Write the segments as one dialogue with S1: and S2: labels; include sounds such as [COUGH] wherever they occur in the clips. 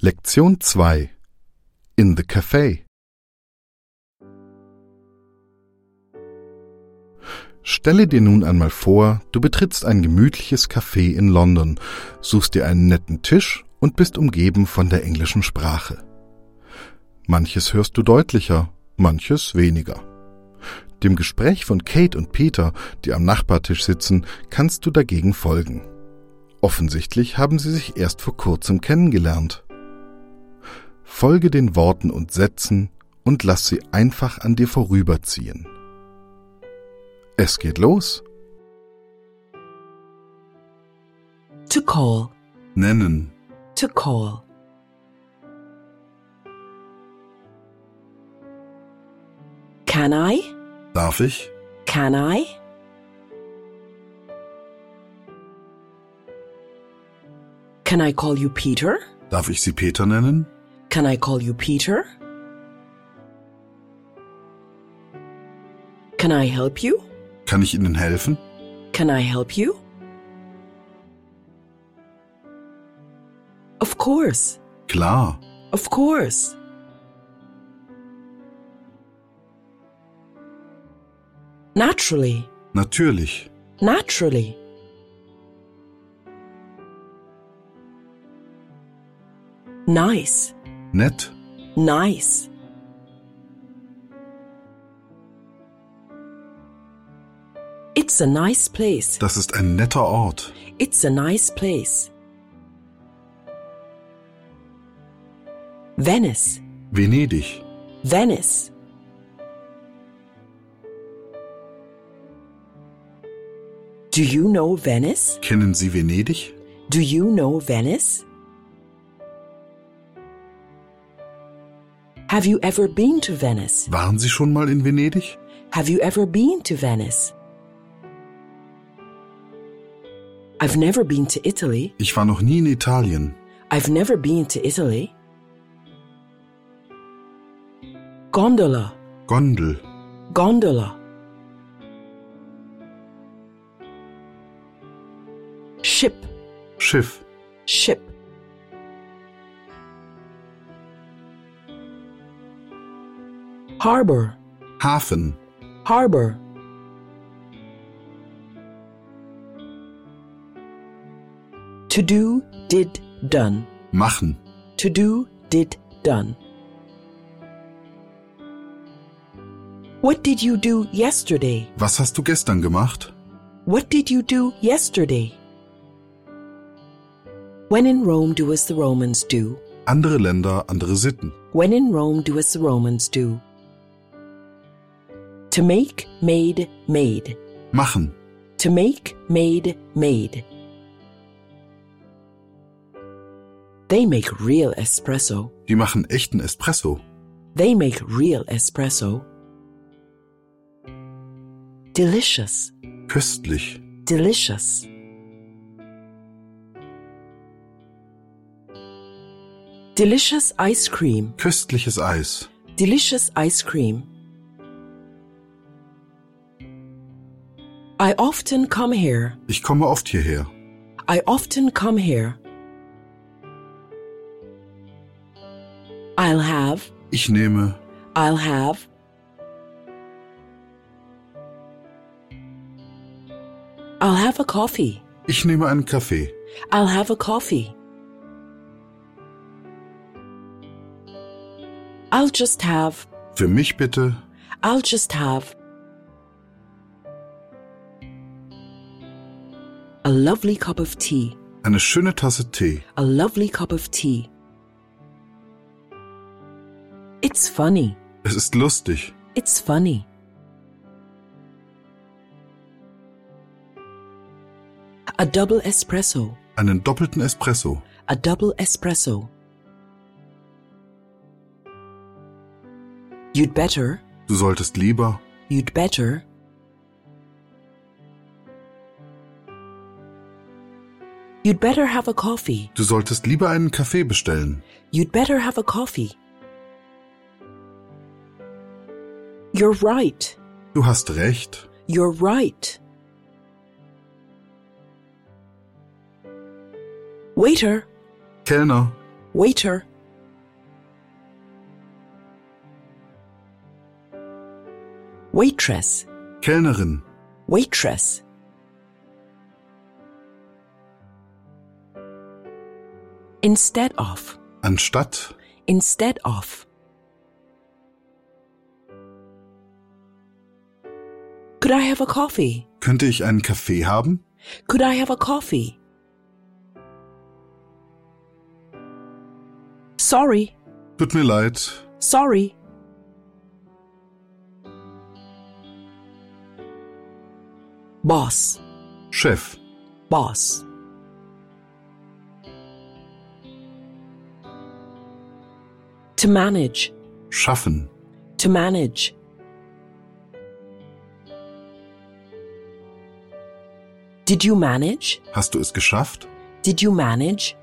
S1: Lektion 2 In the Café Stelle dir nun einmal vor, du betrittst ein gemütliches Café in London, suchst dir einen netten Tisch und bist umgeben von der englischen Sprache. Manches hörst du deutlicher, manches weniger. Dem Gespräch von Kate und Peter, die am Nachbartisch sitzen, kannst du dagegen folgen. Offensichtlich haben sie sich erst vor kurzem kennengelernt. Folge den Worten und Sätzen und lass sie einfach an dir vorüberziehen. Es geht los.
S2: To call.
S3: nennen,
S2: To call. Can I?
S3: darf ich,
S2: Can I? Can I call you Peter?
S3: darf ich Sie Peter nennen,
S2: Can I call you Peter? Can I help you?
S3: kann ich Ihnen helfen,
S2: Can I help you? Of course.
S3: klar,
S2: Of course. Naturally.
S3: natürlich,
S2: Naturally. Nice.
S3: nett,
S2: Nice. It's a nice place.
S3: das ist ein netter Ort,
S2: It's a nice place. Venice.
S3: Venedig,
S2: Venice. Do you know Venice?
S3: kennen Sie Venedig,
S2: Do you know Venice? Have you ever been to Venice?
S3: waren Sie schon mal in Venedig,
S2: Have you ever been to Venice? I've never been to Italy.
S3: ich war noch nie in Italien,
S2: I've never been to Italy. Gondola.
S3: Gondel,
S2: Gondola. Ship,
S3: Schiff,
S2: ship. Harbor,
S3: Hafen,
S2: harbor. To do, did, done.
S3: machen,
S2: To do, did, done. What did you do yesterday?
S3: was hast du gestern gemacht,
S2: What did you do yesterday? When in Rome, do as the Romans do.
S3: andere Länder, andere Sitten,
S2: When in Rome, do as the Romans do. To make, made, made.
S3: machen,
S2: To make, made, made. They make real espresso.
S3: die machen echten Espresso,
S2: They make real espresso. Delicious,
S3: köstlich,
S2: delicious. Delicious ice cream,
S3: köstliches Eis,
S2: delicious ice cream. I often come here.
S3: ich komme oft hierher,
S2: I often come here. I'll have,
S3: ich nehme,
S2: I'll have. I'll have a coffee.
S3: ich nehme einen Kaffee,
S2: I'll have a coffee. I'll just have,
S3: für mich bitte,
S2: I'll just have. A lovely cup of tea.
S3: eine schöne Tasse Tee,
S2: A lovely cup of tea. It's funny.
S3: Es ist lustig.
S2: It's funny. A double espresso.
S3: Einen doppelten Espresso.
S2: A double espresso. You'd better.
S3: Du solltest lieber
S2: You'd better. You'd better have a coffee.
S3: Du solltest lieber einen Kaffee bestellen.
S2: You'd better have a coffee. You're right.
S3: Du hast recht.
S2: You're right. Waiter,
S3: Kellner,
S2: Waiter, waitress,
S3: Kellnerin,
S2: waitress, instead of,
S3: anstatt,
S2: instead of. Could I have a coffee?
S3: könnte ich einen Kaffee haben?
S2: Could I have a coffee? Sorry,
S3: Tut mir leid,
S2: sorry. Boss,
S3: Chef,
S2: boss. To manage,
S3: schaffen,
S2: to manage. Did you manage?
S3: hast du es geschafft?
S2: Did you manage?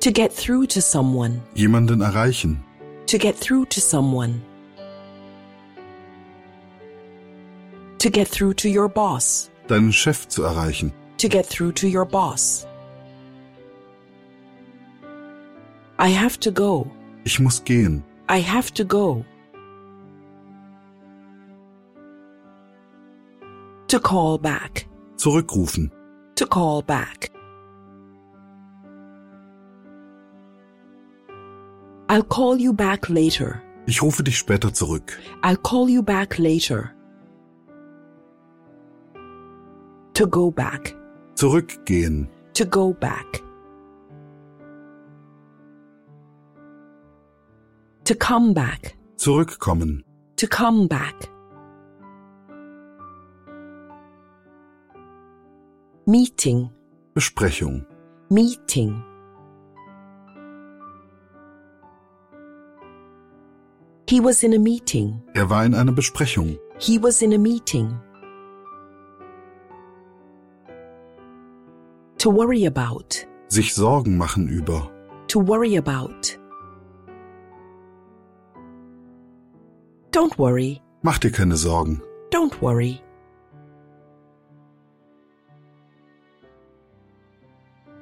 S2: To get through to someone.
S3: Jemanden erreichen,
S2: To get through to someone. To get through to your boss.
S3: deinen Chef zu erreichen,
S2: To get through to your boss. I have to go.
S3: ich muss gehen,
S2: I have to go. To call back.
S3: zurückrufen,
S2: to call back. I'll call you back later.
S3: ich rufe dich später zurück,
S2: I'll call you back later. To go back.
S3: zurückgehen,
S2: To go back. To come back.
S3: zurückkommen,
S2: To come back. Meeting.
S3: Besprechung,
S2: meeting. He was in a meeting.
S3: er war in einer Besprechung,
S2: He was in a meeting. To worry about.
S3: sich Sorgen machen über,
S2: To worry about. Don't worry.
S3: mach dir keine Sorgen,
S2: Don't worry.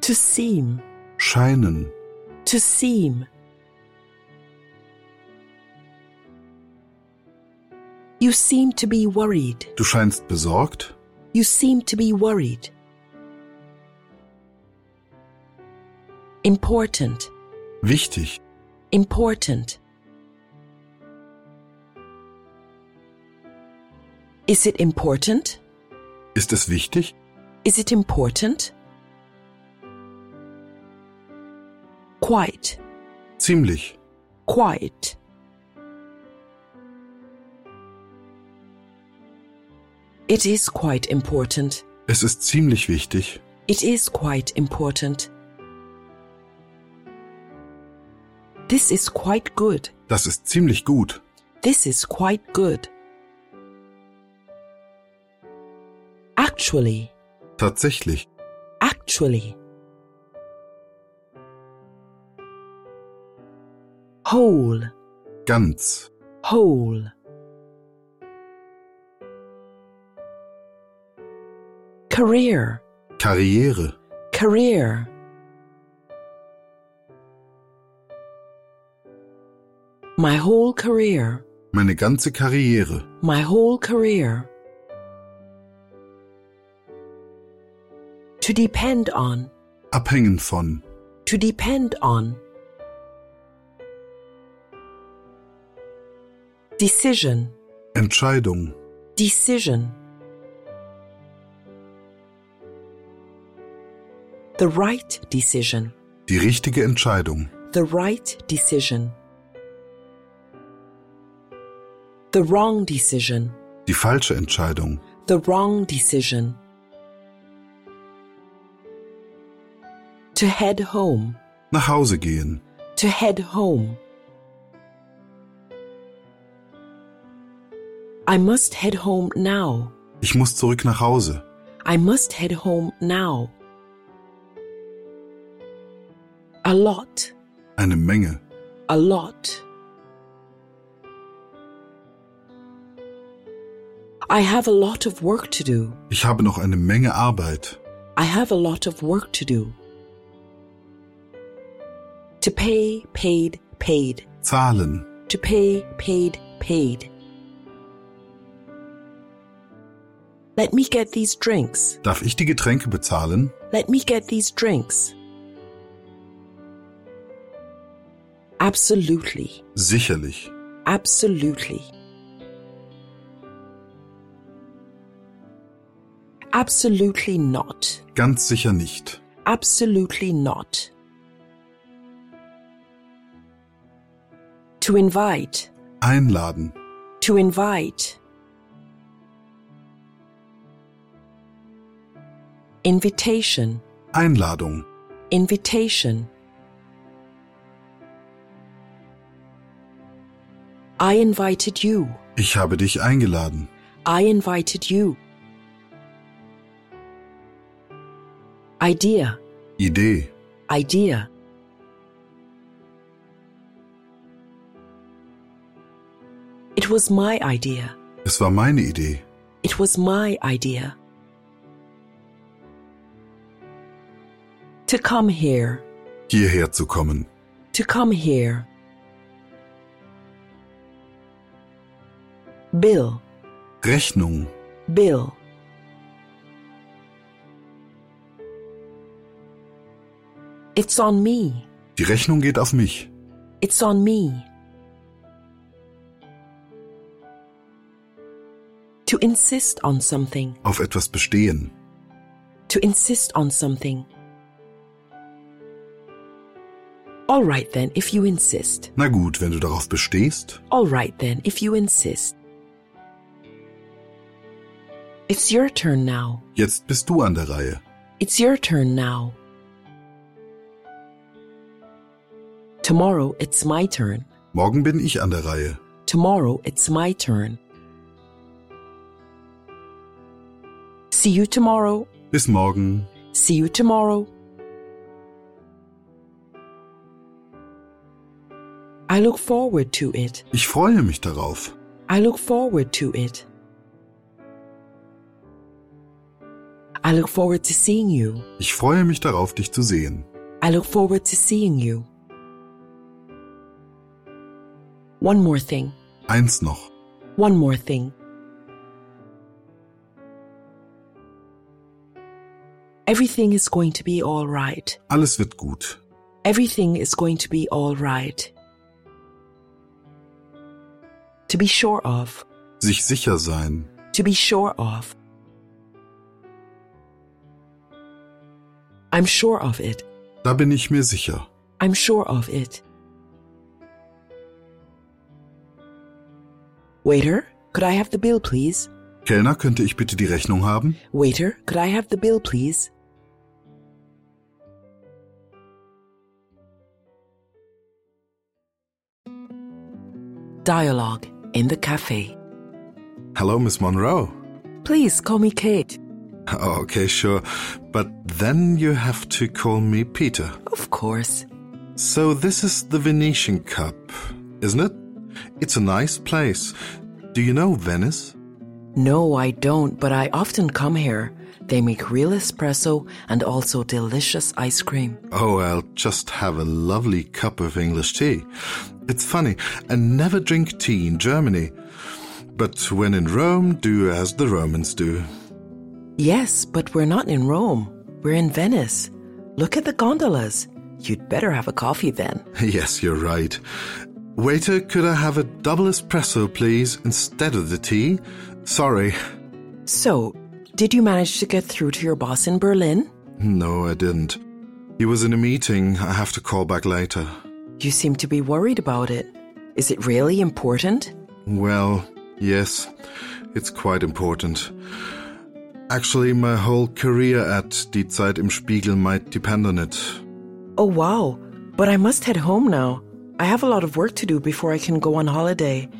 S2: To seem.
S3: scheinen,
S2: to seem. You seem to be worried.
S3: du scheinst besorgt,
S2: You seem to be worried. Important,
S3: wichtig,
S2: important. Is it important?
S3: ist es wichtig?
S2: Is it important? Quite.
S3: Ziemlich,
S2: quiet. It is quite important.
S3: es ist ziemlich wichtig,
S2: It is quite important. This is quite good.
S3: das ist ziemlich gut,
S2: This is quite good. Actually,
S3: tatsächlich,
S2: actually. Whole.
S3: ganz,
S2: whole. Career,
S3: Karriere,
S2: career. My whole career,
S3: meine ganze Karriere,
S2: my whole career. To depend on,
S3: abhängen von,
S2: to depend on. Decision.
S3: Entscheidung,
S2: Decision. The right decision.
S3: die richtige Entscheidung,
S2: The right decision. The wrong decision.
S3: die falsche Entscheidung,
S2: The wrong decision. To head home.
S3: nach Hause gehen,
S2: To head home. I must head home now.
S3: ich muss zurück nach Hause,
S2: I must head home now. A lot,
S3: eine Menge,
S2: a lot. I have a lot of work to do.
S3: ich habe noch eine Menge Arbeit,
S2: I have a lot of work to do. To pay, paid, paid.
S3: Zahlen.
S2: To pay, paid, paid. Let me get these drinks.
S3: Darf ich die Getränke bezahlen?
S2: Let me get these drinks. Absolutely.
S3: Sicherlich.
S2: Absolutely. Absolutely not.
S3: Ganz sicher nicht.
S2: Absolutely not. To invite.
S3: Einladen.
S2: To invite. Invitation.
S3: Einladung.
S2: Invitation. I invited you.
S3: Ich habe dich eingeladen.
S2: I invited you. Idea.
S3: Idee.
S2: Idea. It was my idea.
S3: Es war meine Idee.
S2: It was my idea. To come here.
S3: Hierher zu kommen.
S2: To come here. Bill.
S3: Rechnung.
S2: Bill. It's on me.
S3: Die Rechnung geht auf mich.
S2: It's on me. To insist on something.
S3: Auf etwas bestehen.
S2: To insist on something. All right then, if you insist.
S3: Na gut, wenn du darauf bestehst.
S2: All right then, if you insist. It's your turn now.
S3: Jetzt bist du an der Reihe.
S2: It's your turn now. Tomorrow it's my turn.
S3: Morgen bin ich an der Reihe.
S2: Tomorrow it's my turn. See you tomorrow.
S3: Bis morgen.
S2: See you tomorrow. I look forward to it.
S3: Ich freue mich darauf.
S2: I look forward to it. I look forward to seeing you.
S3: Ich freue mich darauf, dich zu sehen.
S2: I look forward to seeing you. One more thing.
S3: Eins noch.
S2: One more thing. Everything is going to be all right.
S3: Alles wird gut.
S2: Everything is going to be all right. To be sure of.
S3: Sich sicher sein.
S2: To be sure of. I'm sure of it.
S3: Da bin ich mir sicher.
S2: I'm sure of it. Waiter, could I have the bill, please?
S3: Kellner, könnte ich bitte die Rechnung haben?
S2: Waiter, could I have the bill, please? Dialogue in the cafe.
S3: Hello, Miss Monroe. Oh,
S2: Please call me Kate.
S3: Okay, sure. But then you have to call me Peter.
S2: Of course.
S3: So this is the Venetian Cup, isn't it? It's a nice place. Do you know Venice?
S2: No, I don't, but I often come here. They make real espresso and also delicious ice cream.
S3: Oh, I'll just have a lovely cup of English tea. It's funny, I never drink tea in Germany. But when in Rome, do as the Romans do. [LAUGHS]
S2: Yes, but we're not in Rome. We're in Venice. Look at the gondolas. You'd better have a coffee then.
S3: Yes, you're right. Waiter, could I have a double espresso, please, instead of the tea? Sorry. [LAUGHS]
S2: So, did you manage to get through to your boss in Berlin?
S3: No, I didn't. He was in a meeting. I have to call back later.
S2: You seem to be worried about it. Is it really important?
S3: Well, yes, it's quite important. Actually, my whole career at Die Zeit im Spiegel might depend on it.
S2: Oh, wow. But I must head home now. I have a lot of work to do before I can go on holiday.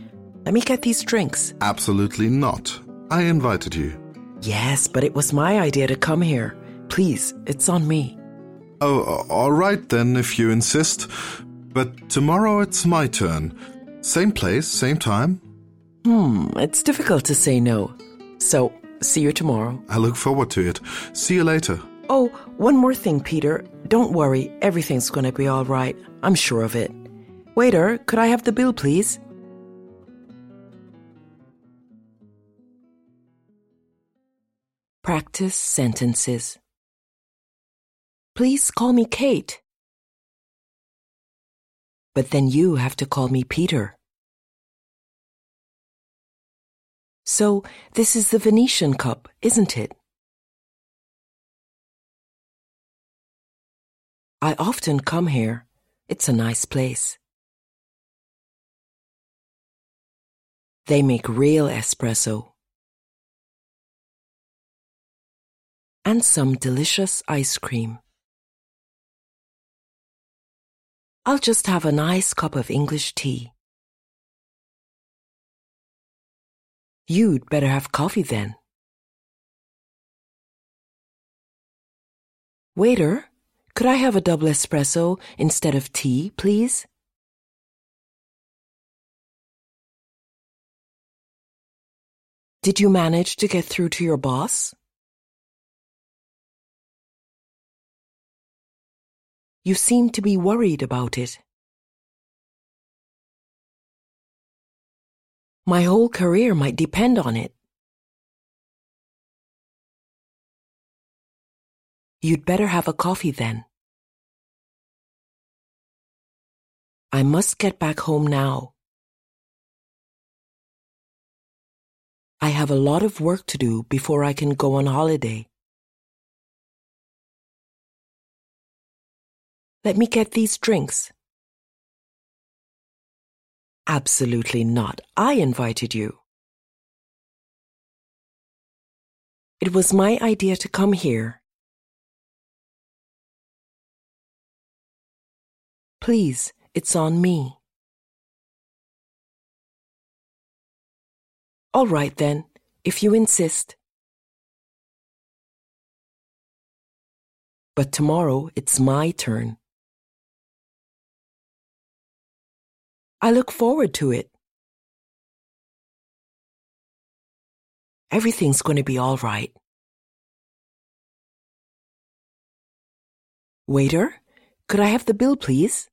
S2: Let me get these drinks.
S3: Absolutely not. I invited you.
S2: Yes, but it was my idea to come here. Please, it's on me.
S3: Oh, a- all right then, if you insist. But tomorrow it's my turn. Same place, same time.
S2: Hmm, it's difficult to say no. So, see you tomorrow.
S3: I look forward to it. See you later.
S2: Oh, one more thing, Peter. Don't worry, everything's going to be all right. I'm sure of it. Waiter, could I have the bill, please? Practice sentences. Please call me Kate. But then you have to call me Peter. So, this is the Venetian cup, isn't it? I often come here. It's a nice place. They make real espresso. and some delicious ice cream. I'll just have a nice cup of English tea. You'd better have coffee then. Waiter, could I have a double espresso instead of tea, please? Did you manage to get through to your boss? You seem to be worried about it. My whole career might depend on it. You'd better have a coffee then. I must get back home now. I have a lot of work to do before I can go on holiday. Let me get these drinks. Absolutely not. I invited you. It was my idea to come here. Please, it's on me. All right then, if you insist. But tomorrow it's my turn. I look forward to it. Everything's going to be all right. Waiter, could I have the bill, please?